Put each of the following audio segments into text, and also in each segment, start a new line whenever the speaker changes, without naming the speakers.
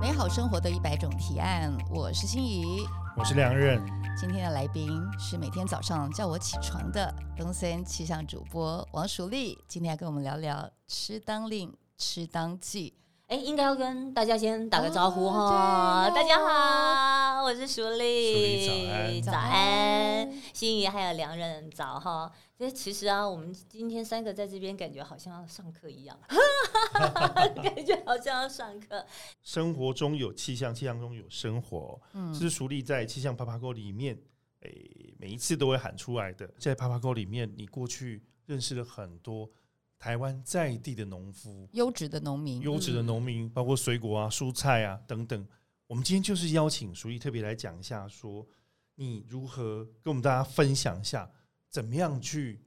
美好生活的一百种提案，我是心怡。
我是梁任，
今天的来宾是每天早上叫我起床的东森气象主播王淑丽，今天来跟我们聊聊吃当令、吃当季。
哎，应该要跟大家先打个招呼哈、
哦对
大家好，我是淑丽，
淑丽
早
早
安
安，心怡还有良人早哈。这其实啊，我们今天三个在这边，感觉好像要上课一样， 感觉好像要上课。
生活中有气象，气象中有生活，
嗯
这是熟立在气象啪啪沟里面，诶、每一次都会喊出来的。在啪啪沟里面，你过去认识了很多台湾在地的农夫，
优质的农民，
优质的农民，包括水果啊、蔬菜啊等等。我们今天就是邀请淑丽特别来讲一下说你如何跟我们大家分享一下，怎么样去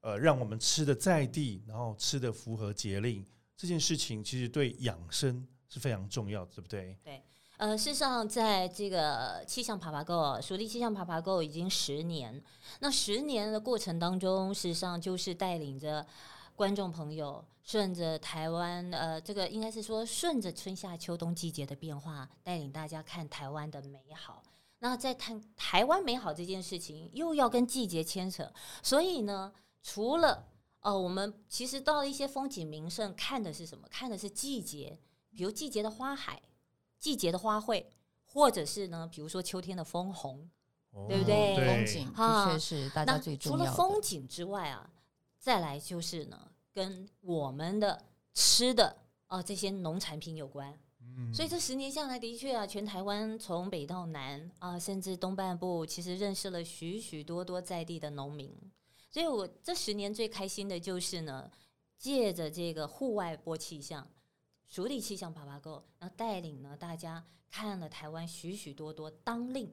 呃让我们吃的在地，然后吃的符合节令这件事情，其实对养生是非常重要的，对不对？
呃，事实上，在这个气象爬爬购啊，蜀地气象爬爬购已经十年。那十年的过程当中，事实上就是带领着观众朋友，顺着台湾呃，这个应该是说顺着春夏秋冬季节的变化，带领大家看台湾的美好。那在看台湾美好这件事情，又要跟季节牵扯，所以呢，除了呃，我们其实到了一些风景名胜，看的是什么？看的是季节，比如季节的花海。季节的花卉，或者是呢，比如说秋天的枫红。
哦
对不对
风景的
啊
确是大家
那
最
除
重要
了
的。
风景之外啊，再来就是呢，跟我们的吃的啊、这些农产品有关。
嗯
所以这十年下来，的确啊，全台湾从北到南啊、甚至东半部，其实认识了许许多多在地的农民。所以我这十年最开心的就是呢，借着这个户外播气象、熟理气象爬爬够，然后带领呢大家看了台湾许许多多当令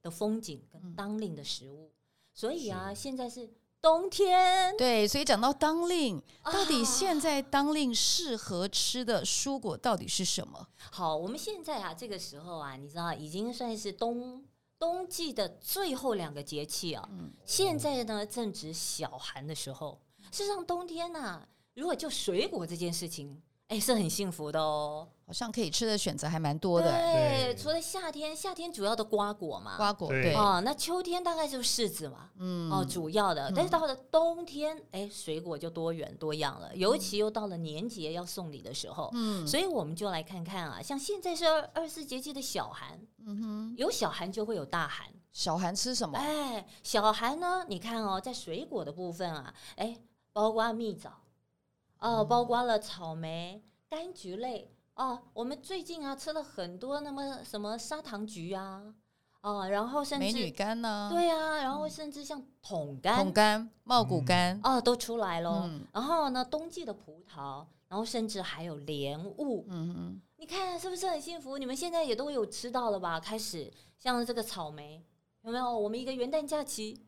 的风景
嗯
跟当令的食物。所以啊，
是
现在是冬天，
对，所以讲到当令，到底
啊
现在当令适合吃的蔬果到底是什么？
好，我们现在啊，这个时候啊，你知道已经算是冬冬季的最后两个节气啊。
嗯
现在呢，正值小寒的时候。事实上，冬天呐、如果就水果这件事情，哎，是很幸福的哦。
好像可以吃的选择还蛮多的、
对
对，除了夏天，夏天主要的瓜果嘛。
瓜果，
对
对，
哦，那秋天大概就是柿子嘛，
嗯，
哦，主要的。但是
嗯
到了冬天，哎，水果就多元多样了，尤其又到了年节要送礼的时候，
嗯，
所以我们就来看看啊，像现在是二二十四节气的小寒，
嗯哼，哦
有小寒就会有大寒。
小寒吃什么？
哎，小寒呢，你看哦，在水果的部分啊，哎，包括蜜枣，哦，
嗯
包括了草莓、柑橘类哦。我们最近啊吃了很多那么什么砂糖橘啊，哦，然后甚
美女
至
柑呢？，
对啊，然后甚至像桶柑，
桶柑、茂谷柑，
哦都出来咯。
嗯
然后呢，冬季的葡萄，然后甚至还有莲雾，
嗯哼，
你看是不是很幸福？你们现在也都有吃到了吧？开始像这个草莓，有没有？我们一个元旦假期，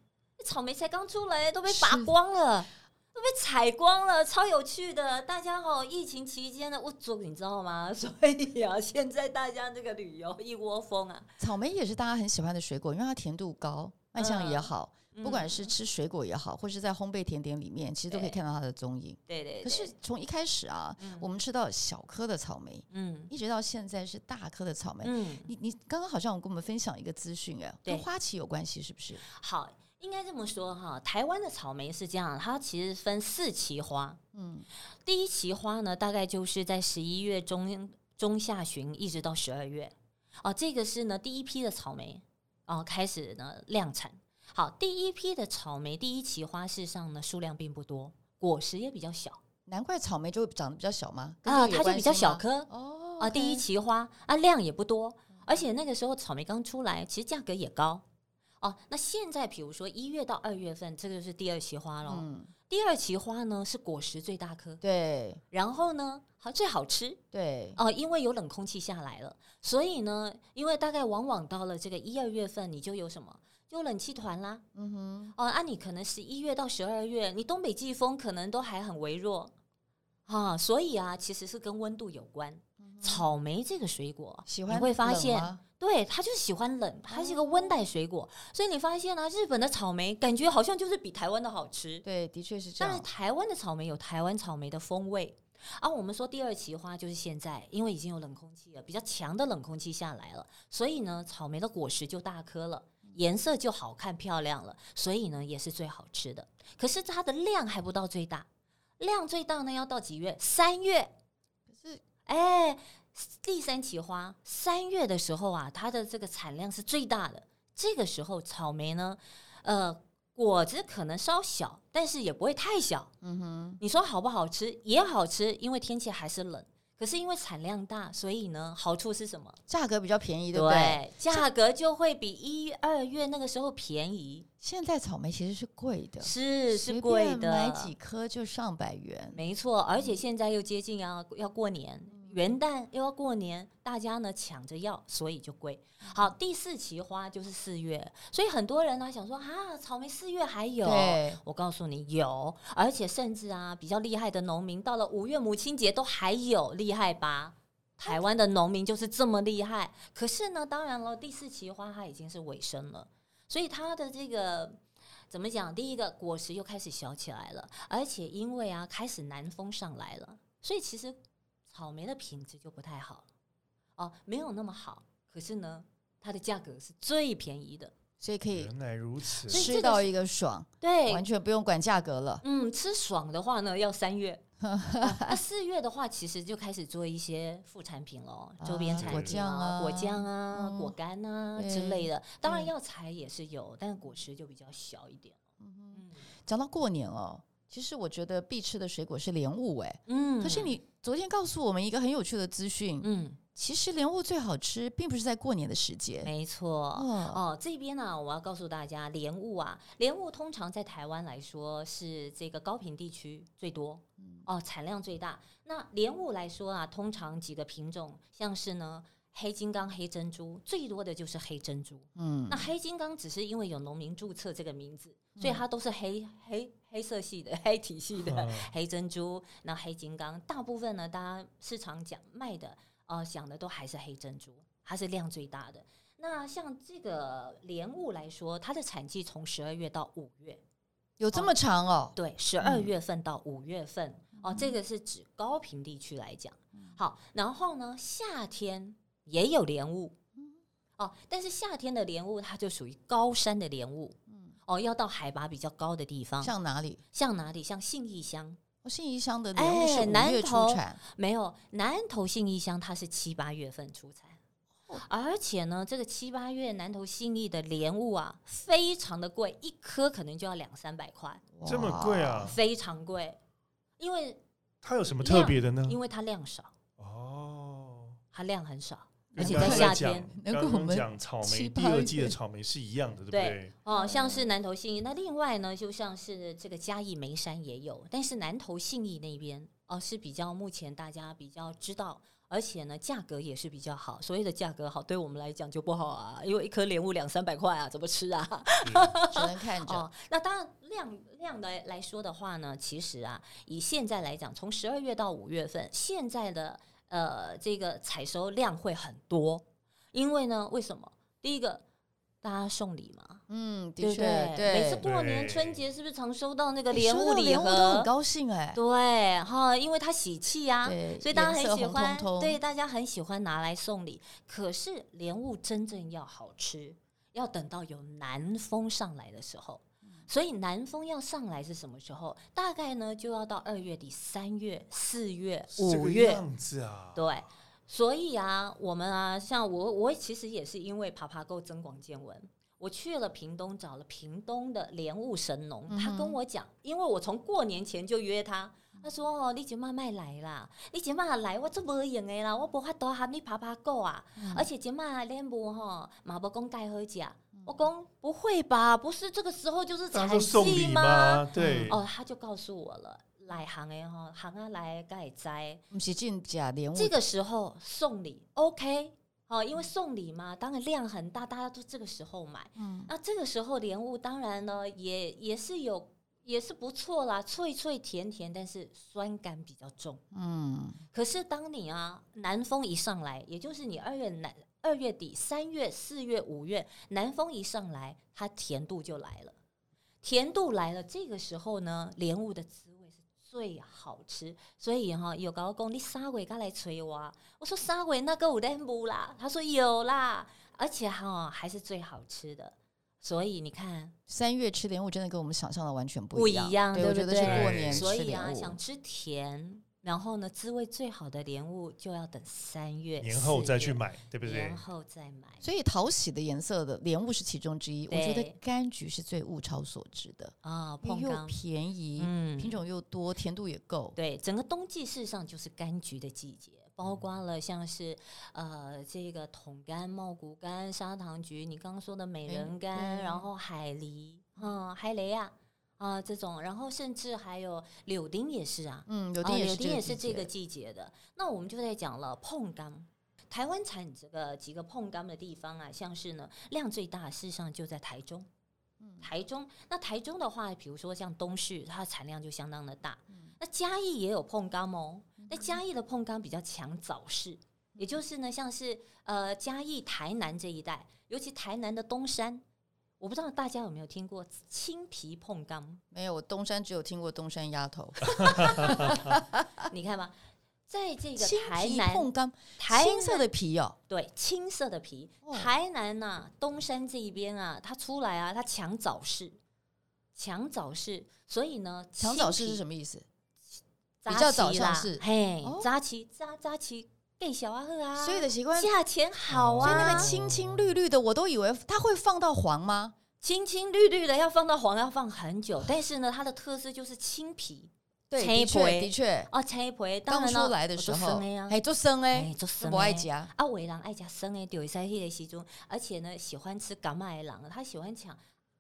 草莓才刚出来都被拔
是
光了，都被采光了，超有趣的。大家哦，疫情期间呢，我走，你知道吗？ 所以啊，现在大家这个旅游一窝蜂啊，
草莓也是大家很喜欢的水果，因为它甜度高，卖相也
嗯
好，不管是吃水果也好，或是在烘焙甜点里面，其实都可以
对
看到它的踪影。
对对对，
可是从一开始啊，
嗯
我们吃到小颗的草莓，
嗯
一直到现在是大颗的草莓。
嗯，
你你刚刚好像有跟我们分享一个资讯哎，跟
对
花旗有关系是不是？
好，应该这么说哈。台湾的草莓是这样，它其实分四期花，
嗯，
第一期花呢，大概就是在十一月中中下旬一直到十二月，哦，这个是呢第一批的草莓哦开始呢量产。好，第一批的草莓第一期花，事实上呢数量并不多，果实也比较小
难怪草莓就会长得比较小吗？跟
啊，
这个有
它就
关
比较
系
小
吗
颗
哦
啊，第一
OK
期花啊量也不多，而且那个时候草莓刚出来，其实价格也高哦。那现在比如说一月到二月份，这个就是第二期花咯。
嗯，
第二期花呢是果实最大颗，
对
然后呢好最好吃，
对，
哦，因为有冷空气下来了，所以呢，因为大概往往到了这个一二月份，你就有什么？就有冷气团啦，
嗯哼，
哦，啊，你可能十一月到十二月，你东北季风可能都还很微弱，啊，所以啊，其实是跟温度有关。草莓这个水果，
嗯喜欢
你会发
冷
现，
吗哦
对它就是喜欢冷，它是一个温带水果，所以你发现啊，日本的草莓感觉好像就是比台湾的好吃，
对，的确是这
但是
样。
台湾的草莓有台湾草莓的风味，而、我们说第二期花就是现在，因为已经有冷空气了，比较强的冷空气下来了，所以呢，草莓的果实就大颗了。
嗯
颜色就好看漂亮了，所以呢也是最好吃的。可是它的量还不到最大，量最大呢要到几月？三月。
可是
哎，第三期花三月的时候啊，它的这个产量是最大的。这个时候草莓呢，呃，果子可能稍小，但是也不会太小。
嗯哼，
你说好不好吃？也好吃，因为天气还是冷。可是因为产量大，所以呢，好处是什么？
价格比较便宜，对不对？
对，价格就会比一二月那个时候便宜，
现在草莓其实是贵的，
是
随
是贵
便
的，
买几颗就上百元。
没错，而且现在又接近要要过年，元旦又要过年，大家呢抢着要，所以就贵。好，第四期花就是四月，所以很多人呢、想说啊，草莓四月还有。
对，
我告诉你有，而且甚至啊，比较厉害的农民到了五月母亲节都还有，厉害吧？台湾的农民就是这么厉害。可是呢，当然了，第四期花它已经是尾声了，所以它的这个怎么讲？第一个果实又开始小起来了，而且因为啊，开始南风上来了，所以其实草莓的品质就不太好哦，没有那么好。可是呢，它的价格是最便宜的，
所以可以
原来如此，
所以这
吃
个
到
是
一个爽，
对，
完全不用管价格了。
嗯，吃爽的话呢，要三月。 啊那四月的话，其实就开始做一些副产品喽，周边
啊
产
果
品
酱啊
果酱啊、
嗯
果干啊
对
之类的。当然
对
药材也是有，但果实就比较小一点。嗯
讲到过年哦，其实我觉得必吃的水果是莲雾，哎，
嗯
可是你昨天告诉我们一个很有趣的资讯，
嗯，
其实莲雾最好吃，并不是在过年的时节。
没错。
哦，
哦，这边呢、我要告诉大家，莲雾啊，莲雾通常在台湾来说是这个高频地区最多，哦，产量最大。那莲雾来说啊，通常几个品种，像是呢黑金刚、黑珍珠，最多的就是黑珍珠。
嗯
那，黑金刚只是因为有农民注册这个名字，所以它都是黑黑黑色系的 黑体系的、
嗯
黑珍珠，那黑金刚，大部分呢，大家市场讲卖的，呃，想的都还是黑珍珠，它是量最大的。那像这个莲雾来说，它的产季从十二月到五月，
有这么长哦？
对，十二
嗯
月份到五月份、哦，这个是指高平地区来讲。好，然后呢，夏天也有莲雾，哦，但是夏天的莲雾它就属于高山的莲雾，哦，要到海拔比较高的地方，像
像哪里？
哪里？像信义乡
我信宜乡的莲雾是
哎
五
南
月出
投
产，
没有，南投信义乡它是七八月份出产。而且呢，这个七八月南投信义的莲雾啊，非常的贵，一颗可能就要两三百块，
这么贵啊
哇？
非常贵，因为
它有什么特别的呢？
因为它量少，
哦，
它量很少，而
跟
且
刚
在
刚
夏
讲
天
能够
刚刚
我们
讲草莓
七
第
八
二季
月
的草莓是一样的，对不
对
对？
哦，像是南投信义。那另外呢，就像是这个嘉义梅山也有，但是南投信义那边哦是比较目前大家比较知道，而且呢价格也是比较好。所谓的价格好，对我们来讲就不好啊，因为一颗莲雾两三百块啊，怎么吃啊？
只能看着。
哦，那当然量量来来说的话呢，其实啊，以现在来讲，从十二月到五月份，现在的呃这个采收量会很多，因为呢，为什么？第一个，大家送礼嘛，
嗯，
对
的
不
确，
对？每次
对。
过年
对
春节是不是常收到那个
哎
莲
说
雾
到
礼
莲雾都很
盒？
高兴哎，
对哈，因为它喜气啊呀、
对，
所以大家
颜色
很喜
红
欢，
彤彤
对，大家很喜欢拿来送礼。可是莲雾真正要好吃，要等到有南风上来的时候。
嗯
所以南风要上来是什么时候？大概呢就要到二月底、三月、四月、
是这
五
个
月。
样子啊，
对，所以啊，我们啊，像我，我其实也是因为爬爬够增广见闻。我去了屏东，找了屏东的莲雾神农，他
嗯哼
跟我讲，因为我从过年前就约他，他说：“哦，你姐妈卖来啦，你姐妈来，我做无用的啦，我无法度喊你爬爬够啊，
嗯
而且姐妈莲雾吼，嘛无讲介好食。”
嗯
我讲不会吧？不是这个时候就是
大
产
家说送
季
礼
吗？
吗？对，
哦，他就告诉我了，来行的吼，行啊来该摘。
不是进假莲雾，
这个时候送礼，OK，哦，因为送礼嘛，当然量很大，大家都这个时候买。
嗯
那这个时候莲雾当然呢，也也是有，也是不错啦，脆脆甜甜，但是酸感比较重。
嗯，
可是当你啊南风一上来，也就是你二月南二月底、三月、四月、五月南风一上来，它甜度就来了。甜度来了，这个时候呢，莲雾的滋味是最好吃。所以哈、有高工，你沙尾该来催我。我说沙尾那个有在不啦？他说有啦，而且哈、还是最好吃的。所以你看，
三月吃莲雾真的跟我们想象的完全
不
一样。
一样
对，我
对不
觉得是
对
过年
所
吃
以啊，
莲雾
想。吃甜，然后呢，滋味最好的莲雾就要等三月
年后
四
再去
月
买，对不对
年？后再买。
所以讨喜的颜色的莲雾是其中之一，我觉得
对
柑橘是最物超所值的，
啊，
因为
碰
又
柑，
便宜，
嗯
品种又多，甜度也够。
对，整个冬季事实上就是柑橘的季节，包括了像是呃这个桶柑、茂谷柑、砂糖橘，你刚刚说的美
美
人柑，
哎对
然后海梨，嗯，海雷啊啊、这种，然后甚至还有柳丁也是啊，
嗯，柳
柳
丁也是
柳丁也
这
是这
个
个
季节
季节的。那我们就在讲了碰柑，台湾产这个几个碰柑的地方啊，像是呢量最大，事实上就在台中。
嗯
台中，那台中的话，比如说像东市，它的产量就相当的大。
嗯
那嘉义也有碰柑哦，那嘉义的碰柑比较强早市，
嗯
也就是呢，像是呃嘉义、台南这一带，尤其台南的东山，我不知道大家有没有听过青皮碰柑。
没有，我东山只有听过东山丫头，
你看吧，在这个
啊青
台
皮
南，
碰柑，
台
青色
南
的皮哦，
对青色的皮，
哦
台南呐、东山这一边啊，它出来啊，它抢早市，抢早市，所以呢，
长早市是
么？
什么意思？
扎
比较早
旗
上
啦
市
嘿
哦，
扎旗扎扎旗给小阿喝啊，
所以的习惯，所以
价钱好
哦所以
那
啊，
个青青绿绿的，我都以为它会放到黄吗？
青青绿绿的要放到黄要放很久，但是呢，它的特色就是青皮
对，
青
的确
皮
的确，
哦，青一皮，当
刚
然
出
了
来的
我
时
做
候
生的，啊
哎，做生哎
哎，做
都
生
不爱
的
夹，
啊，有的人爱食生的，就会使迄个时阵，而且呢，喜欢吃感麦的人，他喜欢抢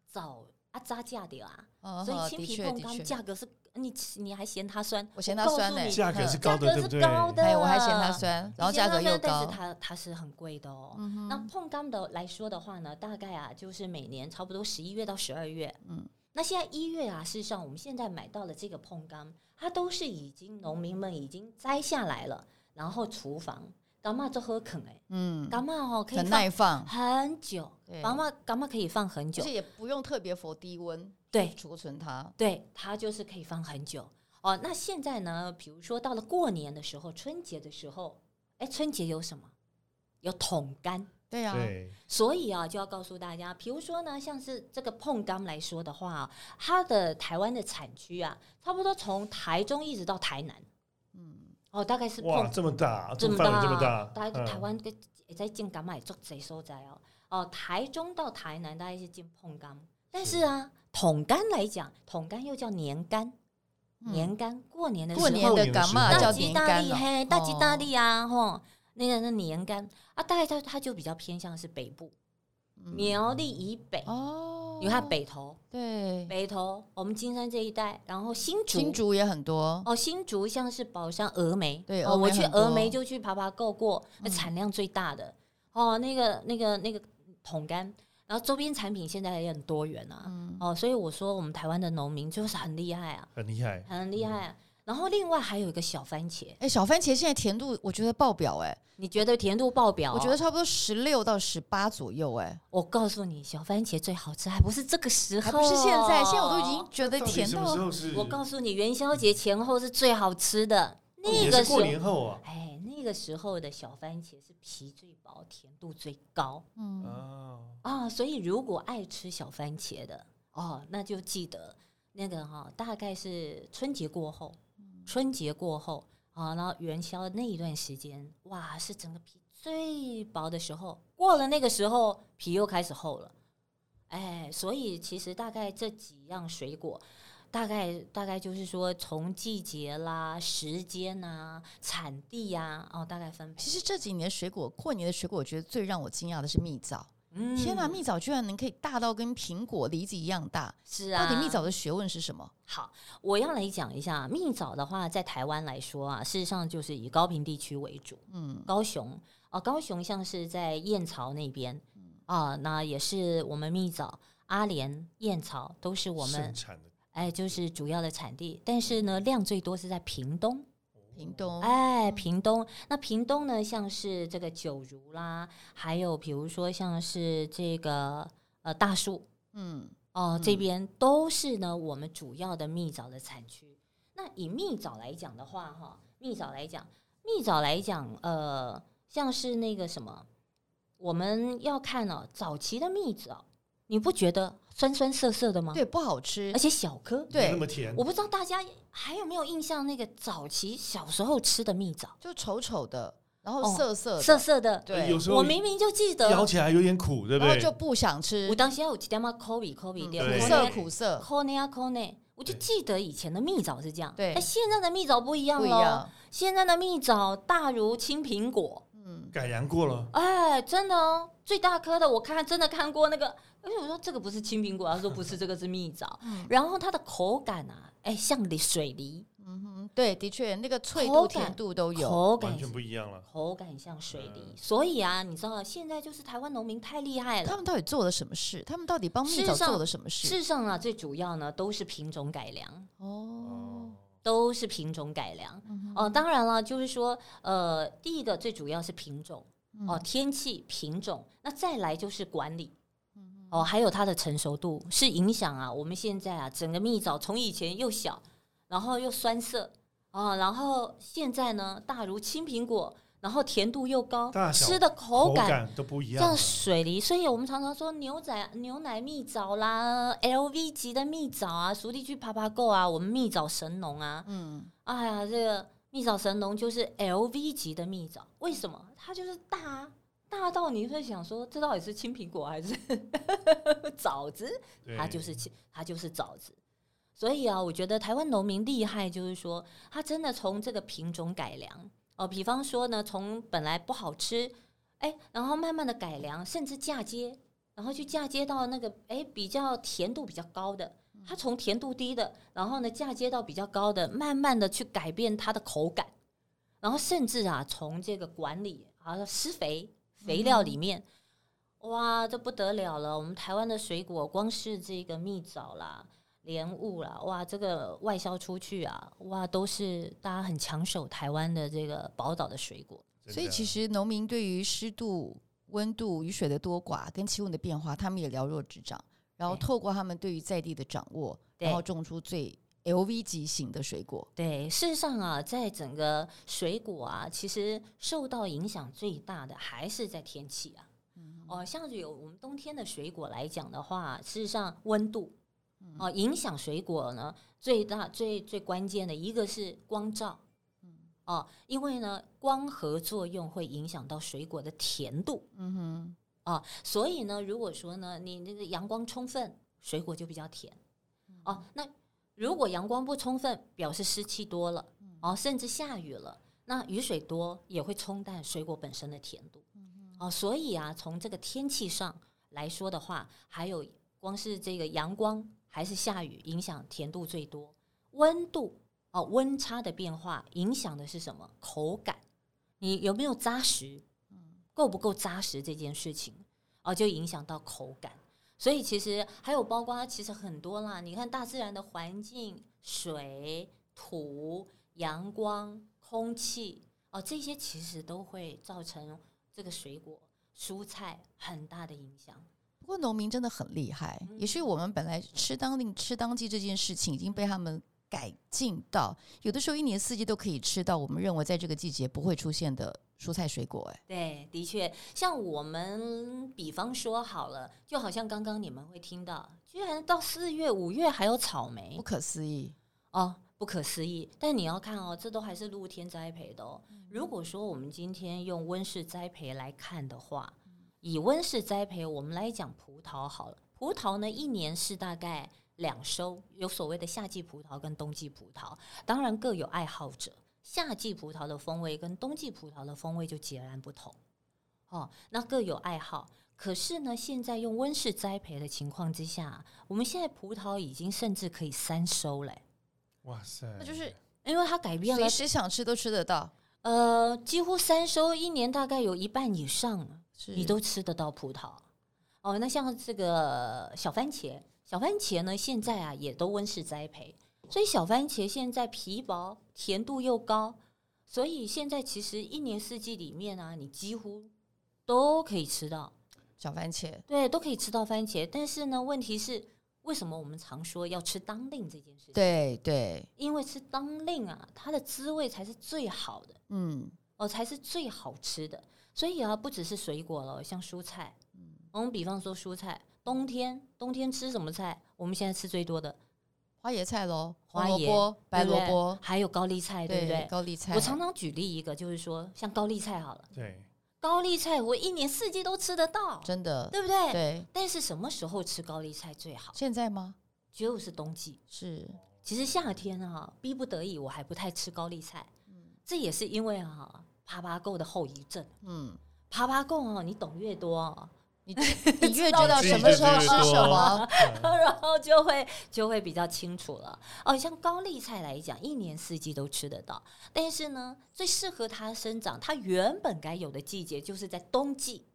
早啊扎价的啊，
哦
所以
哦
青
的
皮
确
碰
的
柑
确
价格是，你你还嫌它酸，
我嫌它
告诉
酸呢
你
价格是
嗯
高的，
价格
对
是
不对？
高的
哎，我还嫌它酸，然后
你嫌
价
它
格又
酸但
高
是，它它是很贵的哦。
嗯
那
哼，
碰柑的来说的话呢，大概啊就是每年差不多十一月到十二月，
嗯
嗯。那现在一月啊，事实上我们现在买到的这个碰柑，它都是已经农民们已经摘下来了，然后厨房干嘛做喝啃哎，
嗯，
干嘛哦可以
很
放
耐放，
很久，
对
干嘛干嘛可以放很
而
久
且，也不用特别佛低温
对
储存它，
对，它就是可以放很久哦。那现在呢，比如说到了过年的时候，春节的时候，哎，春节有什么？有桶柑。
对啊呀，
对，
所以啊，就要告诉大家，比如说呢，像是这个碰柑来说的话、啊它的台湾的产区啊，差不多从台中一直到台南，
嗯，
哦，大概是
哇，
碰
这么大，
这么
范围
大，
这么大，
大概
嗯
台湾跟也在进柑嘛，也做这所在哦，哦，台中到台南大概是进碰柑，但是啊，桶柑来讲，桶柑又叫年柑，
嗯
年柑过年的时
过
候
年的干嘛
那
叫
大
年
吉大
干
利
了？
嘿，大吉大
哦
利啊，吼，那个那年柑啊，大概它它就比较偏向是北部。
嗯
苗栗以北，
哦，
你看北投，
对，
北投，我们金山这一带，然后新竹，
新竹也很多，
哦，新竹像是宝山峨眉，
对峨
哦，
眉
我去
很多
峨眉就去爬爬够过，那
嗯
产量最大的，哦，那个那个那个桶柑，然后周边产品现在也很多元啊，
嗯，
哦，所以我说我们台湾的农民就是很厉害啊，
很厉害，
很厉害啊。
嗯
然后另外还有一个小番茄，
哎，小番茄现在甜度我觉得爆表，哎，
你觉得甜度爆表哦、
我觉得差不多十六到十八左右，哎，
我告诉你，小番茄最好吃，还不是这个时
还
候，
不是现在，现在我都已经觉得
到底
甜
什么时
到
候是？
我告诉你，元宵节前后是最好吃的。那
哦也
个
是
时
过
候，
年后啊，
哎，那个时候的小番茄是皮最薄、甜度最高
嗯，
哦，
啊、所以如果爱吃小番茄的哦，那就记得那个哈、大概是春节过后，春节过后啊、然后元宵那一段时间，哇，是整个皮最薄的时候。过了那个时候，皮又开始厚了。哎，所以其实大概这几样水果，大概大概就是说从季节啦、时间呐、产地呀、哦，大概分配。
其实这几年水果过年的水果，我觉得最让我惊讶的是蜜枣，
嗯
天哪，蜜枣居然能可以大到跟苹果、梨子一样大，
是啊，
到底蜜枣的学问是什么？
好，我要来讲一下蜜枣的话，在台湾来说啊，事实上就是以高平地区为主，
嗯，
高雄啊、高雄像是在燕巢那边啊、那也是我们蜜枣、阿莲、燕巢都是我们
盛产的
哎，就是主要的产地，但是呢，量最多是在屏东。
屏东，
哎，屏东那屏东呢，像是这个九如啦，还有比如说像是这个呃大树
嗯，
哦、这边都是呢我们主要的蜜枣的产区。那以蜜枣来讲的话，哈，蜜枣来讲，蜜枣来讲，呃，像是那个什么，我们要看哦，早期的蜜枣，你不觉得酸酸涩涩的吗？，
对，不好吃
哦而，且小颗。
没有
对
那么甜
我，不知道大家还有没有印象，那个早期小时候吃的蜜枣，
就丑丑的，然后
哦
涩涩的
涩，涩的，
对
哎有，时候
我明明就记得，
咬起来有点苦，对不
然后
对？
就不想吃
我，当时有一点嘛抠鼻抠鼻
嗯
掉，
对
苦
抠
涩
呢
苦涩，
抠呢啊抠呢，我就记得以前的蜜枣是这样，
对
但现在的蜜枣不一样
不一
喽，
样，
现在的蜜枣大如青苹果，
嗯，
改良过了，
哎，真的哦，最大颗的我看真的看过那个，而且我说这个不是青苹果，他说不是，这个是蜜枣，
嗯
然后它的口感啊，哎，像梨水梨，
嗯哼，对，的确，那个脆
口
度、
感
甜度都有，
口
完
感
全不一样了。
口感像水梨
嗯，
所以啊，你知道现在就是台湾农民太厉害了
他。们到底做了什么事？他们到底帮蜜枣
事实上
做了什么事？
事实上啊，最主要呢都是品种改良，
哦
哦，，
都是品种改良。
嗯
哦，当然了，就是说，呃，第一个最主要是品种
哼
哦，，天气、品种，那再来就是管理
嗯
哦，还有它的成熟度是影响啊。我们现在啊，整个蜜枣从以前又小，然后又酸涩哦，然后现在呢，大如青苹果，然后甜度又高
哦大，小
吃的口
口
感
感都不一样了啊
像。水梨，所以我们常常说牛仔牛奶蜜枣啦，LV 级的蜜枣啊，熟地区爬爬购啊，我们蜜枣神农啊，
嗯，
哎呀，这个蜜枣神农就是 LV 级的蜜枣，为什么？它就是大啊大到你会想说，这到底是青苹果还是 枣子？
对
它啊就是青，它就是枣子。所以啊，我觉得台湾农民厉害，就是说他真的从这个品种改良哦，比方说呢，从本来不好吃，哎，然后慢慢的改良，甚至嫁接，然后去嫁接到那个哎比较甜度比较高的，它从甜度低的，然后呢嫁接到比较高的，慢慢的去改变它的口感，然后甚至啊从这个管理啊施肥肥料里面，哇，这不得了了！我们台湾的水果光是这个蜜枣啦。莲雾啦，哇，这个外销出去啊，哇，都是大家很抢手台湾的这个宝岛的水果。
真的啊
所以其实农民对于湿度、温度、雨水的多寡跟气温的变化，他们也了若指掌。然后
对
透过他们对于在地的掌握，然
对
后种出最 LV 级型的水果。
对，事实上啊，在整个水果啊，其实受到影响最大的还是在天气啊。哦，像是有我们冬天的水果来讲的话，事实上温度哦、影响水果呢最大最最关键的一个是光照，哦，因为呢光合作用会影响到水果的甜度，
嗯哼，
啊，所以呢，如果说呢，你那个阳光充分，水果就比较甜。哦、那如果阳光不充分，表示湿气多了，哦、甚至下雨了，那雨水多也会冲淡水果本身的甜度。哦、所以啊，从这个天气上来说的话，还有光是这个阳光还是下雨，影响甜度最多。温度哦、温差的变化影响的是什么？口感，你有没有扎实？够不够扎实这件事情，哦，就影响到口感。所以其实还有包括其实很多啦，你看大自然的环境、水、土、阳光、空气，哦，这些其实都会造成这个水果、蔬菜很大的影响。
不过农民真的很厉害，
嗯
也许我们本来吃当令吃当季这件事情已经被他们改进到，有的时候一年四季都可以吃到我们认为在这个季节不会出现的蔬菜水果。哎，
对，的确，像我们比方说好了，就好像刚刚你们会听到，居然到四月、五月还有草莓
不，可思议。
哦，不可思议！但你要看哦，这都还是露天栽培的哦。如果说我们今天用温室栽培来看的话，以温室栽培我们来讲葡萄好了，葡萄呢一年是大概两收，有所谓的夏季葡萄跟冬季葡萄，当然各有爱好者。夏季葡萄的风味跟冬季葡萄的风味就截然不同，哦，那各有爱好。可是呢，现在用温室栽培的情况之下，我们现在葡萄已经甚至可以三收嘞。
哇塞，
嗯
那就是
因为它改变了
随，时想吃都吃得到，
呃，几乎三收一年大概有一半以上，
是
你都吃得到葡萄。哦，那像这个小番茄，小番茄呢，现在啊也都温室栽培，所以小番茄现在皮薄，甜度又高，所以现在其实一年四季里面啊，你几乎都可以吃到，
小番茄。
对，都可以吃到番茄。但是呢，问题是为什么我们常说要吃当令这件事情？，
对对，
因为吃当令啊，它的滋味才是最好的
嗯
哦，才是最好吃的。所以啊，不只是水果了，像蔬菜，
嗯
我们比方说蔬菜，冬天冬天吃什么菜？我们现在吃最多的
花椰菜喽，
花
红
椰
萝卜、白
对不
萝
对
卜，
还有高丽菜，对不对？
高丽菜，
我常常举例一个，就是说像高丽菜好了，
对，
高丽菜我一年四季都吃得到，
真的
对不对？
对，
但是什么时候吃高丽菜最好？
现在吗？
就是冬季。
是
其实夏天啊，逼不得已我还不太吃高丽菜，这也是因为啊，爬爬够的后遗症。
嗯，
爬爬够啊，你懂越多啊，
你你越知
道
道
自
什
己
么
就
时
知
候
道
吃
多
什么，
然后就会就会比较清楚了。哦，像高丽菜来讲，一年四季都吃得到，但是呢，最适合它生长，它原本该有的季节就是在冬季。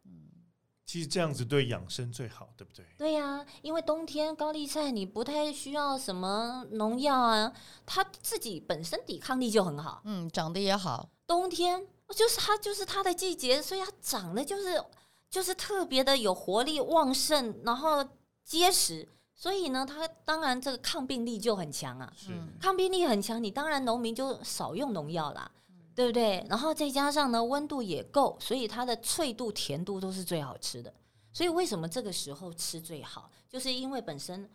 其实这样子对养生最好，对不对？
对呀、因为冬天高丽菜你不太需要什么农药啊，它自己本身抵抗力就很好。
嗯，长得也好，
冬天就是它就是它的季节，所以它长得就是就是特别的有活力旺盛，然后结实，所以呢，它当然这个抗病力就很强啊。
是，
嗯
抗病力很强，你当然农民就少用农药啦，
嗯
对不对？然后再加上呢，温度也够，所以它的脆度、甜度都是最好吃的。所以为什么这个时候吃最好，就是因为本身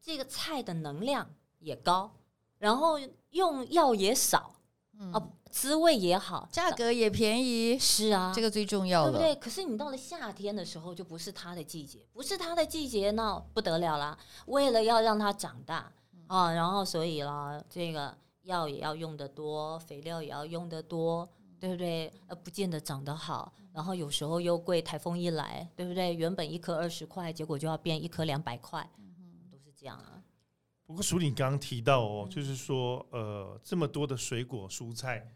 这个菜的能量也高，然后用药也少，
嗯
啊，滋味也好，
价格也便宜，
是啊，
这个最重要
对不对？
了。
可是你到了夏天的时候，就不是它的季节，不是它的季节，那不得了啦！为了要让它长大啊，然后所以啦，这个药也要用得多，肥料也要用得多，对不对？呃，不见得长得好，然后有时候又贵，台风一来，对不对？原本一颗二十块，结果就要变一颗两百块，都是这样啊。
不过，署理你刚刚提到哦，
嗯
就是说，呃，这么多的水果蔬菜，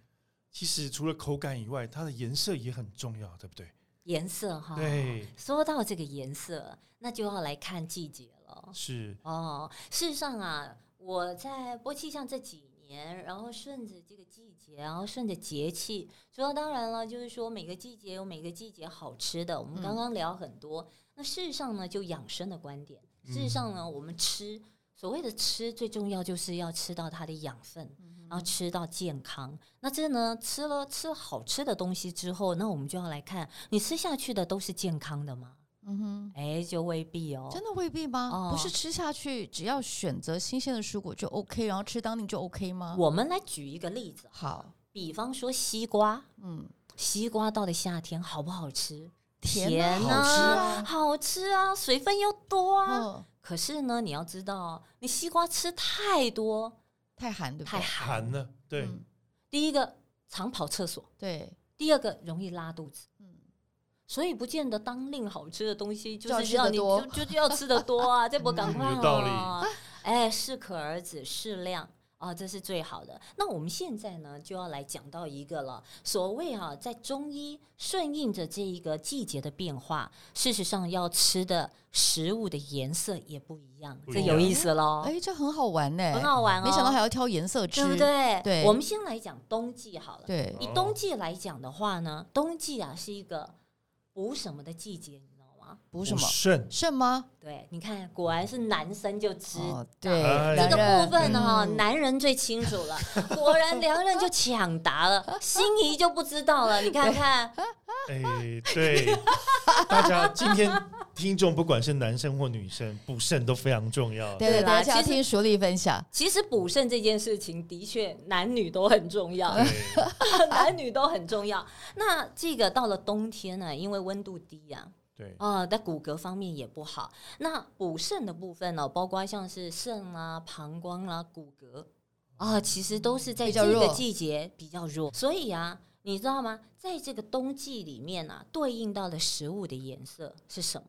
其实除了口感以外，它的颜色也很重要，对不对？
颜色哈，
对，
说到这个颜色，那就要来看季节了。
是，
哦，事实上啊，我在播气象这几年，然后顺着这个季节，然后顺着节气，主要当然了，就是说每个季节有每个季节好吃的。我们
嗯
刚刚聊很多，那事实上呢，就养生的观点，
嗯
事实上呢，我们吃。所谓的吃，最重要就是要吃到它的养分，
嗯
然后吃到健康。那这呢，吃了吃好吃的东西之后，那我们就要来看，你吃下去的都是健康的吗？
嗯哼，
哎，就未必哦。
真的未必吗？不是
哦
吃下去，只要选择新鲜的蔬果就 OK，然后吃当令就 OK 吗？
我们来举一个例子
好，
比方说西瓜，
嗯，
西瓜到了夏天好不好吃？
甜
甜
啊
啊，好吃啊，水分又多啊。
哦，
可是呢，你要知道，你西瓜吃太多
太寒对不
太
对？
寒，
寒了，对，
嗯
第一个常跑厕所，
对，
第二个容易拉肚子。
嗯
所以不见得当令好吃的东西
就要
就
吃
是要
得
你
多
就就就要吃的多啊，这不赶快
嗯有道理
啊！哎，适可而止，适量啊，这是最好的。那我们现在呢，就要来讲到一个了。所谓啊，在中医顺应着这一个季节的变化，事实上要吃的食物的颜色也不一样，
不
这
一
有
样
意思喽，
哎，这很好玩呢，
哦很好玩哦。
没想到还要挑颜色吃
对，不对？
对
我们先来讲冬季好了。
对
以
哦
冬季来讲的话呢，冬季啊是一个补什么的季节，你知道吗？
补什么
补？肾，
肾吗？
对，你看，果然是男生就知
哦，对，
哎
男
这个
人
部分哈、
嗯
男人最清楚了。果 然，良人就抢答了，心仪就不知道了。你看看，
哎，对， 大家今天听众不管是男生或女生，补肾都非常重要。
对对，
对啦
大家
其实
听淑丽分享，
其实补肾这件事情的确男女都很重要，
对，
男女都很重要。那这个到了冬天呢、因为温度低呀、啊。
对，
啊，在骨骼方面也不好。那补肾的部分呢、包括像是肾啊、膀胱啦、骨骼啊，其实都是在
比较
这个
弱
季节比较弱。所以啊，你知道吗？在这个冬季里面啊，对应到的食物的颜色是什么？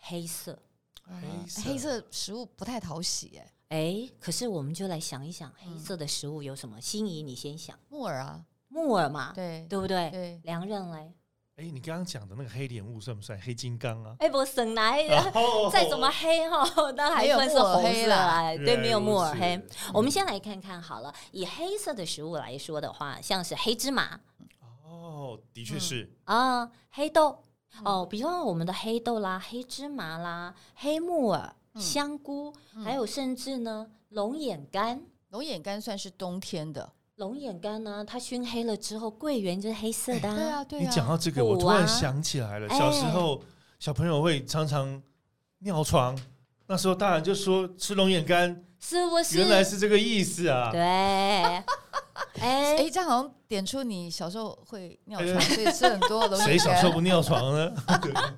黑色。
嗯
色
黑色食物不太讨喜，哎，
哎，可是我们就来想一想，
嗯
黑色的食物有什么？心仪，你先想，
木耳啊，
木耳嘛，
对
对不对？
对，
良人嘞，
哎，你刚刚讲的那个黑莲雾算不算黑金刚啊？哦
哎，不，省 来
然后
再怎么黑哈，那还
没有
算是
木耳
红
黑
色
啦
啊，对，没有木耳
原来
黑
如。此
我们先来看看好了，以黑色的食物来说的话，像是黑芝麻
哦，的确是，
啊、黑豆哦，比方我们的黑豆啦、黑芝麻啦、黑木耳香菇，
嗯
还有甚至呢龙眼干。
龙眼干算是冬天的，
龙眼干呢、它熏黑了之后，桂圆就是黑色的、啊。
对啊，对
你讲
啊，
到这个，
补
我突然
啊
想起来了，
哎
小时候小朋友会常常尿床，那时候大人就说吃龙眼干，
是不是？
原来是这个意思啊
对。。哎、
哎，这样好像点出你小时候会尿
哎
床，所以吃很多龙眼干。
谁小时候不尿床呢？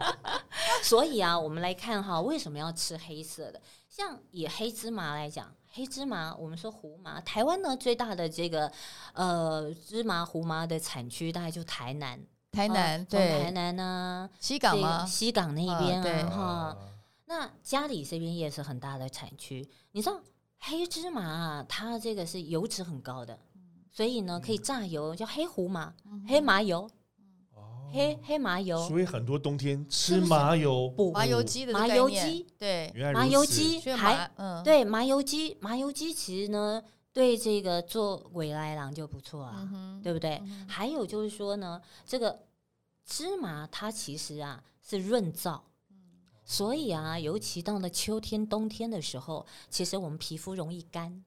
所以啊，我们来看哈，为什么要吃黑色的？像以黑芝麻来讲，黑芝麻我们说胡麻，台湾呢最大的这个呃芝麻胡麻的产区大概就台南，
台南
啊从台
对
南呢、
西
这
港
个
吗？
西港那
啊
边
对
啊哈、那家里这边也是很大的产区，你知道黑芝麻啊，它这个是油脂很高的，所以
嗯
呢可以榨油，叫黑胡麻、黑麻油、
哦
黑黑麻油、
所以很多冬天吃
是不是
麻油
补
麻油鸡的
嗯麻
概
油
念
鸡
对，
原来
麻
如
油
此
鸡
所以
还
麻嗯
对麻油鸡，麻油鸡其实呢对这个做鬼来郎就不错啊
嗯，哼
对不对？
嗯哼
还有就是说呢，这个芝麻它其实啊是润燥，所以啊，尤其到了秋天、冬天的时候，其实我们皮肤容易干。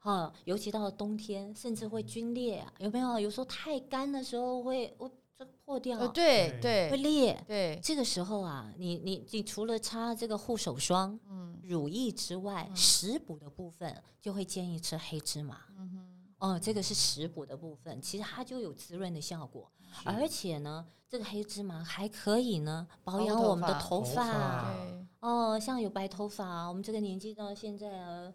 啊，尤其到了冬天，甚至会皲裂、啊，有没有？有时候太干的时候会，我这破掉，啊
哦对
嗯会
对
裂。
对，
这个时候啊，你你你除了擦这个护手霜、
嗯
乳液之外，食补的部分就会建议吃黑芝麻。
嗯哼
哦，这个
嗯
是食补的部分，其实它就有滋润的效果，而且呢，这个黑芝麻还可以呢保
保护
养
头
我们的
发
头
头
发
发。
对，
哦，像有白头发啊，我们这个年纪到现在啊，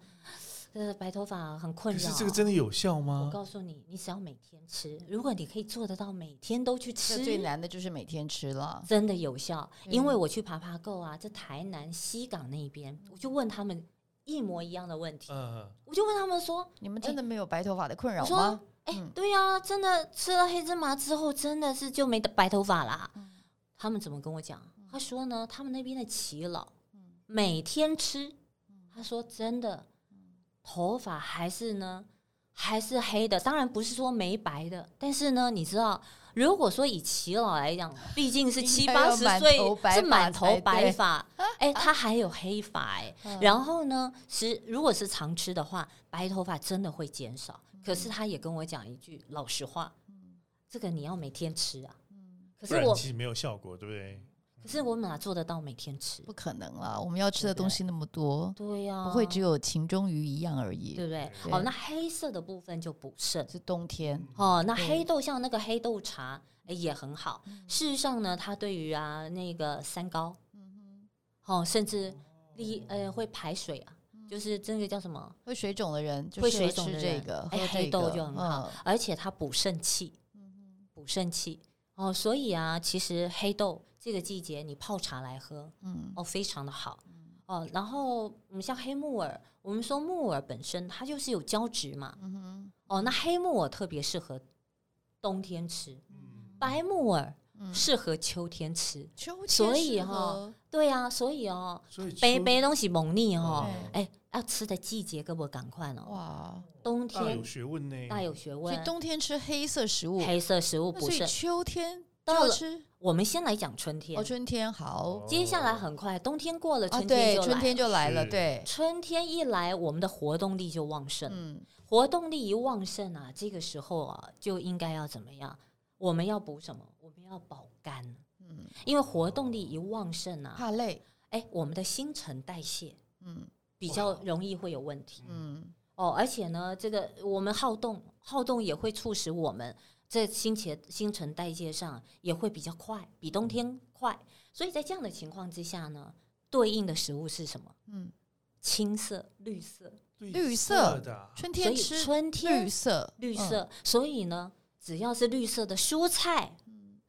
呃，白头发很困
可
扰。
是这个真的有效
我
吗？
告诉你，你只要每天吃，如果你可以做得到每天都去
这最
吃，
难的就是每天吃了，
真的有效。因
嗯
为我去爬爬购啊，在台南西港那边，我就问他们一模一样的问题，
嗯，
我就问他们说，
你们真的没有白头发的困
我
扰
说
吗？，
哎、
嗯
对呀、真的吃了黑芝麻之后，真的是就没得白头发啦。
嗯
他们怎么跟我讲？他说呢，他们那边的耆老
嗯
每天吃，他说真的，
嗯
头发还是呢还是黑的，当然不是说没白的，但是呢，你知道，如果说以耆老来讲，毕竟是七
应该要
八十
满
岁
头白
是
发
满
才
头
对
白发，哎，他还有黑发哎、
嗯
然后呢，是如果是常吃的话，白头发真的会减少。可是他也跟我讲一句老实话，这个你要每天吃啊。
不
可是
然
我，
其实没有效果，对不对？
可是我哪做得到每天吃？
不可能啦，我们要吃
对
的
不对
东西那么多，
对呀、
不会只有情中鱼一样而已
对。不对？
对
哦，那黑色的部分就补肾。
是冬天，
哦，那
对
黑豆像那个黑豆茶、哎也很好。事实上呢，它对于啊那个三高，哦，甚至利呃会排水啊，就是这个叫什么？
会水肿的人就
会
适合
水肿
吃
的
这
人
个，
哎
喝
黑
这
豆
个
就很好
嗯，
而且它补肾气，补肾气哦。所以啊，其实黑豆这个季节你泡茶来喝，
嗯，
哦，非常的好哦。然后我们像黑木耳，我们说木耳本身它就是有胶质嘛，
嗯
哦，那黑木耳特别适合冬天吃，
嗯
白木耳适合秋天吃。
嗯秋天
所以
适
哈
合
对啊，所以哦，
所以
白
秋
白东西猛腻哦，
对
哎，要吃的季节跟我赶快哦，
哇，
冬
大有
天
学问呢。
大有学
所
问
以。冬天吃黑色食物，
黑色食物
那
不
所以
是。
秋天就
到
要
了
吃
我们先来讲春天
哦，，春天好
接下来很快冬天过了，
啊，
春天
对，
就来了。
春天就来了，
是
对，
春天一来，我们的活动力就旺盛。
嗯，
活动力一旺盛啊，这个时候啊，就应该要怎么样？我们要补什么？我们要保肝。
嗯
因为活动力一旺盛啊，
怕累，
哎，我们的新陈代谢
嗯
比较容易会有问题。
嗯，
哦，而且呢，这个我们好动，好动也会促使我们在新陈新陈代谢上也会比较快，比
嗯
冬天快。所以在这样的情况之下呢，对应的食物是什么？
嗯，
青色、绿色，
绿
绿
色
的啊，
春
所
天
以
吃
春天
绿色，
绿
嗯
色，所以呢，只要是绿色的蔬菜、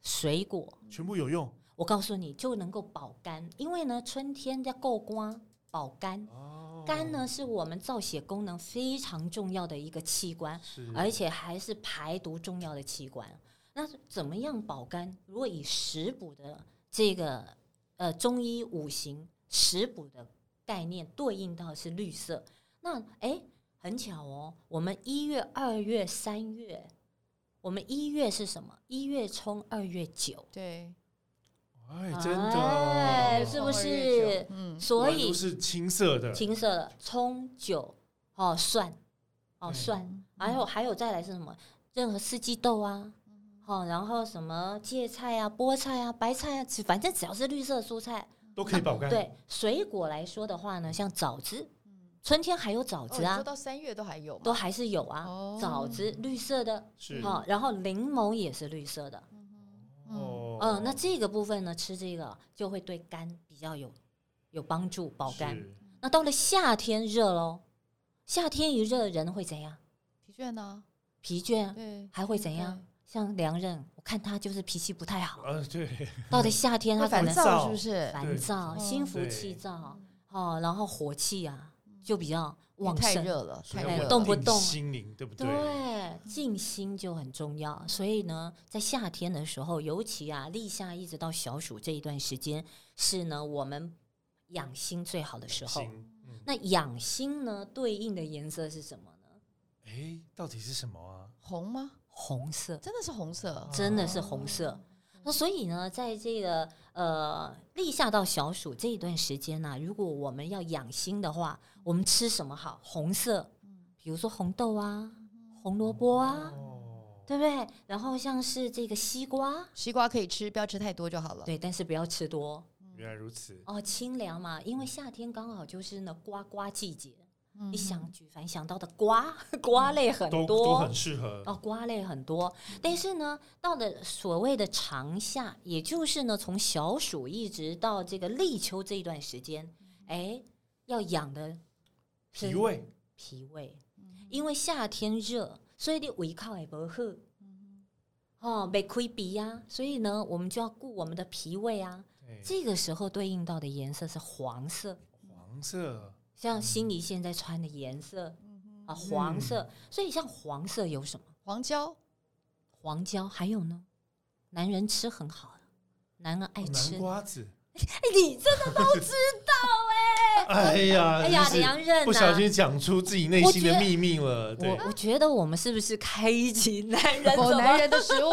水果，
全部有用
我告诉你就能够保肝，因为呢，春天要够光保肝。
哦
肝呢是我们造血功能非常重要的一个器官，
是
而且还是排毒重要的器官。那怎么样保肝？如果以食补的这个呃中医五行食补的概念对应到是绿色，那诶很巧哦，我们一月、二月、三月，我们一月是什么？一月冲，二月九，
对，
哎，真的
哎
哦，
是不是？
嗯，
所
我
以
都是青色的，
青色的葱、酒、哦蒜、哦
嗯
蒜，还有还有再来是什么？任何四季豆啊，
嗯
哦，然后什么芥菜啊、菠菜啊、白菜啊，只反正只要是绿色蔬菜，
都可以保肝。，
对水果来说的话呢，像枣子，春天还有枣
嗯哦，
子
你
啊
说，到三月都还有吗？
都还是有啊，
哦
枣子绿色的，
是
哦，然后柠檬也是绿色的，
嗯
哦
嗯、那这个部分呢，吃这个就会对肝比较有有帮助，保肝。
是
那到了夏天热喽，夏天一热人会怎样？
疲倦呢？
疲倦啊，
对，
还会怎样？像梁任，我看他就是脾气不太 好，
呃，对，
到了夏天
对？
他
会烦
可能
躁是不是？
烦躁、
嗯
心浮
对
气躁哦，然后火气啊就比较
因为
旺
太
盛，
热了，
所
太
以
热
要
了，
动不
稳定
动啊
心灵，对不对？
对，静心就很重要。所以呢，在夏天的时候，尤其啊，立夏一直到小暑这一段时间，是呢我们养心最好的时候。
心，嗯，
那养心呢，对应的颜色是什么呢？
哎，到底是什么啊？
红吗？
红色，
真的是红色，
真的是
哦
红色。那所以呢，在这个呃立夏到小暑这一段时间呢、如果我们要养心的话，我们吃什么好？红色，比如说红豆啊、红萝卜啊，
嗯哦，
对不对？然后像是这个西瓜，
西瓜可以吃，不要吃太多就好了。嗯
对，但是不要吃多
原来如此，
哦，清凉嘛，因为夏天刚好就是呢瓜瓜季节。
嗯，
你想举凡想到的瓜， 瓜类很
都
多，
都很适合。
哦，瓜类很多，但是呢，到了所谓的长夏，也就是呢，从小暑一直到这个立秋这一段时间，哎，要养的是
脾胃
脾胃，
嗯
因为夏天热，所以你胃口也不好，
嗯
哦，被亏鼻呀，所以呢，我们就要顾我们的脾胃啊。
对
这个时候对应到的颜色是黄色，
黄色，
像心
嗯
仪现在穿的颜色啊，黄色，所以像黄色有什么？
嗯黄椒
黄椒，还有呢，男人吃很好啊，男人爱
哦
吃。
南瓜子。
哎你真的都知道哎、
哎呀，
哎呀，
真是
梁任
不小
呐、
心讲出自己内心的秘密了。对，
我我觉得我们是不是开一集男 人
否
怎
哦男
么？
人的食物，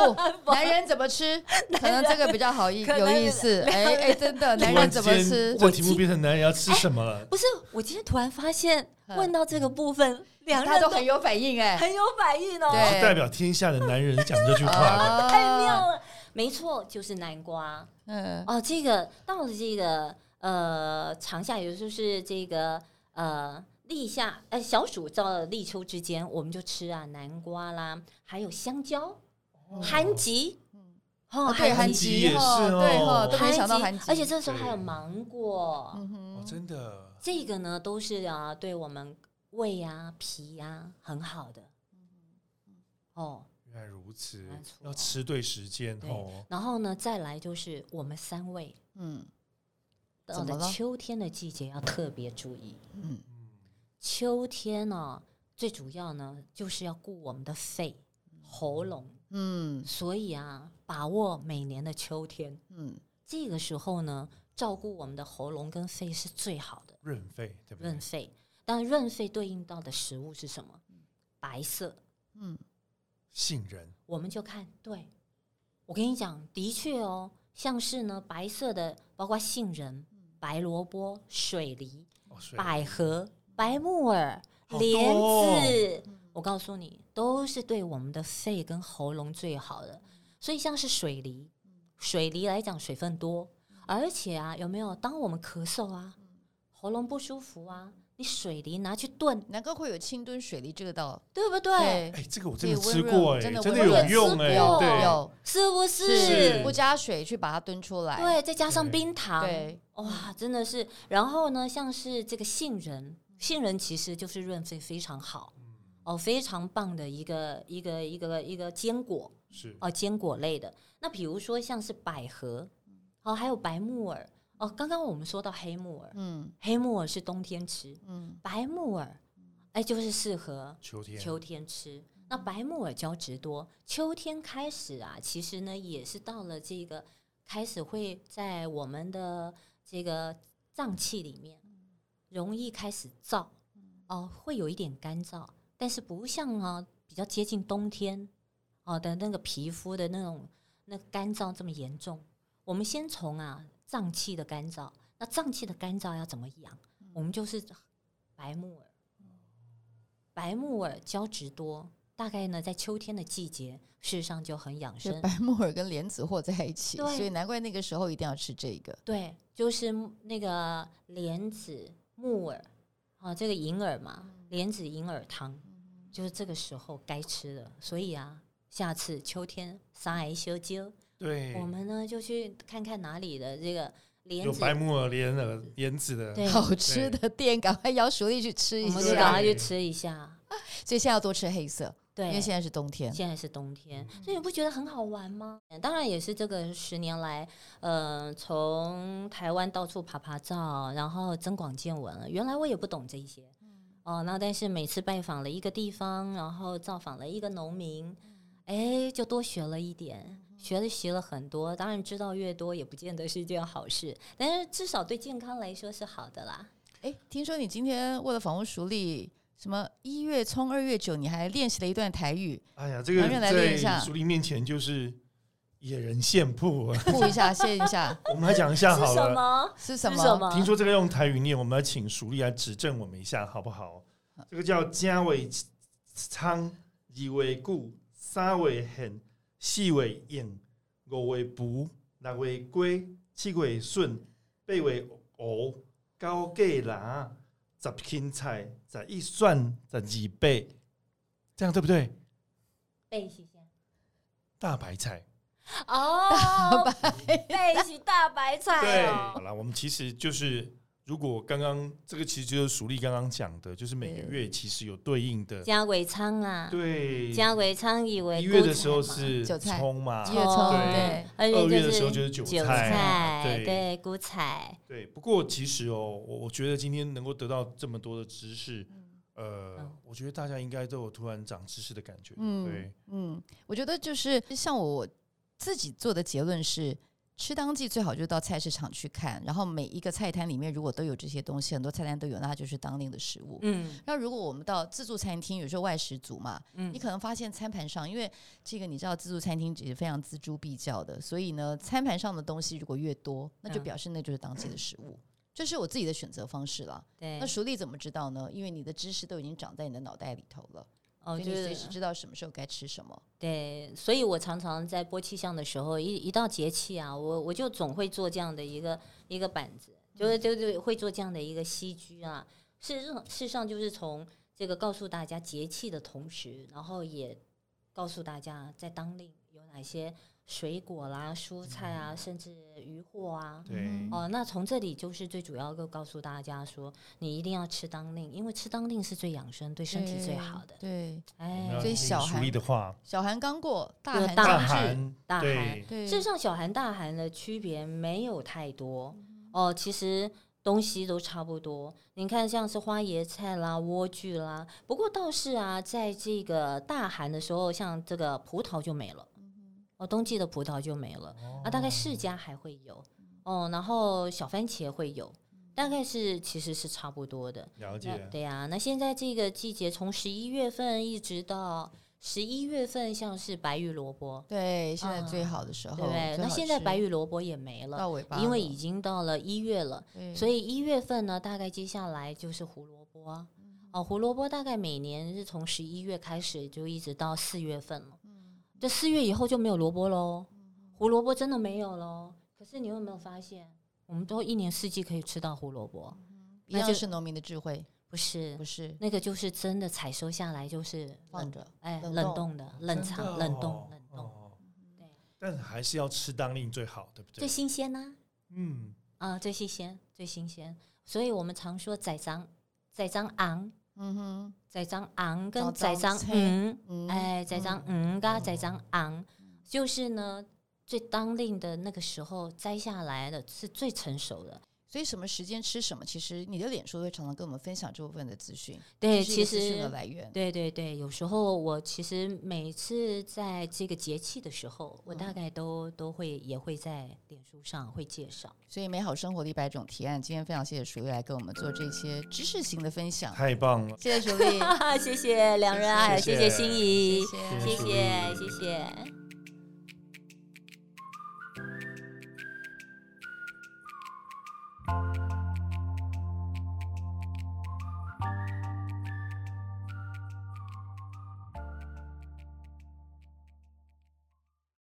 男人怎么 吃？可能这个比较好意
可能
有意思。哎哎，真的，男
突
人
然
怎么
间
吃？
这题目变成男人要
哎
吃什么了？
不是，我今天突然发现，
嗯
问到这个部分，梁
他
任
都很有反应哎，
很有反应哦，
对
是代表天下的男人讲这句话的。
啊
太妙了。没错，就是南瓜
嗯，
哦。这个到了这个呃长夏，也就是这个呃立夏呃小暑到立秋之间，我们就吃啊南瓜啦，还有香蕉。
哦
韩吉，哦，
哦对，
韩
韩
吉
吉
也
哦
是哦
对哦，都没想到韩
韩
吉，
而且这时候
对
还有芒果，
嗯
哦，
哼，
真的，
这个呢都是啊，对我们胃啊、脾啊很好的。
嗯
哦，
原来如此
没，错
要吃对时间
对
哦。
然后呢，再来就是我们三味
嗯
到
怎么
了
了
秋天的季节要特别注意。
嗯，
秋天呢，最主要呢就是要顾我们的肺、喉咙，
嗯
所以啊，把握每年的秋天。
嗯，
这个时候呢，照顾我们的喉咙跟肺是最好的，
润肺对不对
润？肺。但润肺对应到的食物是什么？
嗯
白色，
杏仁
我们就看。对，我跟你讲，的确哦，像是呢白色的，包括杏仁、白萝卜、水梨、
哦，水
百合、白木耳、
好多
莲
哦
子，我告诉你，都是对我们的肺跟喉咙最好的。所以像是水梨，水梨来讲水分多，而且啊，有没有？当我们咳嗽啊，喉咙不舒服啊，你水梨拿去炖，
难怪会有清炖水梨这个道，
对不对？
对，
哎，这个我
所
真
以
的
温
吃过
润
哎，
真的
真的
温润
有用哎
吃，过
对，
有
是不
是
是？
不加水去把它炖出来，
对，再加上
对
冰糖，
对，
哇，真的是。然后呢，像是这个杏仁，杏仁其实就是润肺非常好哦，非常棒的一个一个一个一个坚果
是
哦，坚果类的。那比如说像是百合，哦，还有白木耳哦。刚刚我们说到黑木耳，
嗯
黑木耳是冬天吃，
嗯
白木耳哎就是适合
秋天
秋天吃。那白木耳胶质多，秋天开始啊，其实呢也是到了这个开始会在我们的这个脏器里面容易开始燥，哦，会有一点干燥，但是不像啊比较接近冬天哦的那个皮肤的那种那干燥这么严重。我们先从啊脏器的干燥，那脏器的干燥要怎么养？我们就是白木耳，白木耳胶质多，大概呢在秋天的季节，事实上就很养
就
生。
白木耳跟莲子和在一起，
对
所以难怪那个时候一定要吃这个。
对，就是那个莲子、木耳啊，这个银耳嘛，
嗯
莲子银耳汤，就是这个时候该吃的。所以啊，下次秋天三癌修灸，
对，
我们呢就去看看哪里的这个莲
有
子，
白木耳、莲耳、莲子的，
对，
好吃的店，赶快邀熟丽去吃一
我们就
对
赶
下。
快去吃一下。
所以现在要多吃黑色，因为
对，
现在是冬天。
现在是冬天，所以你不觉得很好玩吗？当然也是这个十年来，呃，从台湾到处爬爬照，然后增广见闻了。原来我也不懂这一些，哦，那但是每次拜访了一个地方，然后造访了一个农民，哎，就多学了一点。学了习了很多，当然知道越多也不见得是一件好事，但是至少对健康来说是好的啦。
哎，听说你今天为了访问熟丽，什么一月冲二月九，你还练习了一段台 语，
哎呀，这个
男人来练一
在
下
苏黎面前就是野人献曝啊。
酷一下，谢一下，
我们来讲一下
是
好
什
了。
么？
是什
是
么？
什么？
听说这个用台语念，我们来请熟丽来指正我们一下，好不好？这个叫加尾仓，二尾固，三尾很，四尾应，五尾补，六尾龟，七尾顺，八尾鹅，九鸡乸，十芹菜，十一蒜，十二贝，这样对不对？
背一下。
大白菜。
哦，大白背起大白菜
好
哦，
啦，我们其实就是，如果刚刚这个其实就是熟丽刚刚讲的，就是每个月其实有对应的，
加尾仓啊，
对，
加尾仓以为
一月的时候
菇菜嘛，
是
韭菜
葱嘛，
一月冲，
哦
对，
而
二
且
月
就
的时候
是
就是韭
韭
菜啊
菜
对
对，菇菜，
对。不过其实哦，我我觉得今天能够得到这么多的知识，呃
嗯，
我觉得大家应该都有突然长知识的感觉，
嗯
对，
嗯，我觉得就是像我自己做的结论是，吃当季最好就到菜市场去看，然后每一个菜单里面如果都有这些东西，很多菜单都有，那它就是当令的食物。
嗯
那如果我们到自助餐厅，有时候外食族嘛，
嗯
你可能发现餐盘上，因为这个你知道自助餐厅也非常锱铢必较的，所以呢，餐盘上的东西如果越多，那就
嗯
表示那就是当季的食物。这是我自己的选择方式了。
对
那，熟丽怎么知道呢？因为你的知识都已经长在你的脑袋里头了，
哦
所以你随
是
时知道什么时候该吃什么。
对，所以我常常在播气象的时候，一一到节气啊，我我就总会做这样的一个一个板子，就是就是会做这样的一个西居啊。事实上，事实上就是从这个告诉大家节气的同时，然后也告诉大家在当令有哪些水果啦、蔬菜啊，甚至鱼货啊。
对，
哦，那从这里就是最主要的告诉大家说，你一定要吃当令，因为吃当令是最养生、对身体最好的。
对，
我们
哎
要，
所以
听
小
熟丽
孩
的话，
小寒刚过，大
就
寒
大
大
将
寒
至，
寒，
大
对，
对，
事实上，小寒大寒的区别没有太多哦，其实东西都差不多。你看，像是花椰菜啦、莴苣啦，不过倒是啊，在这个大寒的时候，像这个葡萄就没了，
嗯
哦，冬季的葡萄就没了
哦
啊，大概世家还会有
嗯
哦，然后小番茄会有，大概是其实是差不多的。
了
那
解，
对呀、那现在这个季节，从十一月份一直到十一月份，像是白玉萝卜。
对，现在
啊
最好的时候，
对不对？
哦最
那
好
现在
吃
白玉萝卜也没了，
到尾巴了，
因为已经到了一月了，
对
所以一月份呢，大概接下来就是胡萝卜啊。
嗯
哦，胡萝卜大概每年是从十一月开始，就一直到四月份了。
嗯
这四月以后就没有萝卜喽，胡萝卜真的没有喽。可是你有没有发现，我们都一年四季可以吃到胡萝卜？
一
那
样
就是
农民的智慧，
不是
不，是
那个就是真的采收下来就是
放
冷，
着。
哎，
冷
冷
冻
冻的，
真
冷
的
藏、冷
哦
冻、冷冻，
哦
对
但还是要吃当令最好，对不
最
对？
新鲜呐。
嗯，
啊、最新鲜，最新鲜。所以我们常说宰张、宰张昂、
嗯哼，
宰张昂跟
宰
宰
张
张
菜
嗯，
嗯，
哎，宰张嗯跟宰张昂，就是呢，最当令的那个时候摘下来的是最成熟的。
所以什么时间吃什么，其实你的脸书会常常跟我们分享这部分的资讯，
对，
这是一
其
个资讯的
实
来源。
对对对，有时候我其实每次在这个节气的时候，我大
嗯
概都都会也会在脸书上会介绍。
所以美好生活的一百种提案，今天非常谢谢淑丽来跟我们做这些知识型的分享，
太棒了。
谢谢淑丽，
啊哈哈，谢谢梁仁爱，
谢谢
谢谢心仪，
谢
谢
谢
淑
谢
丽
谢谢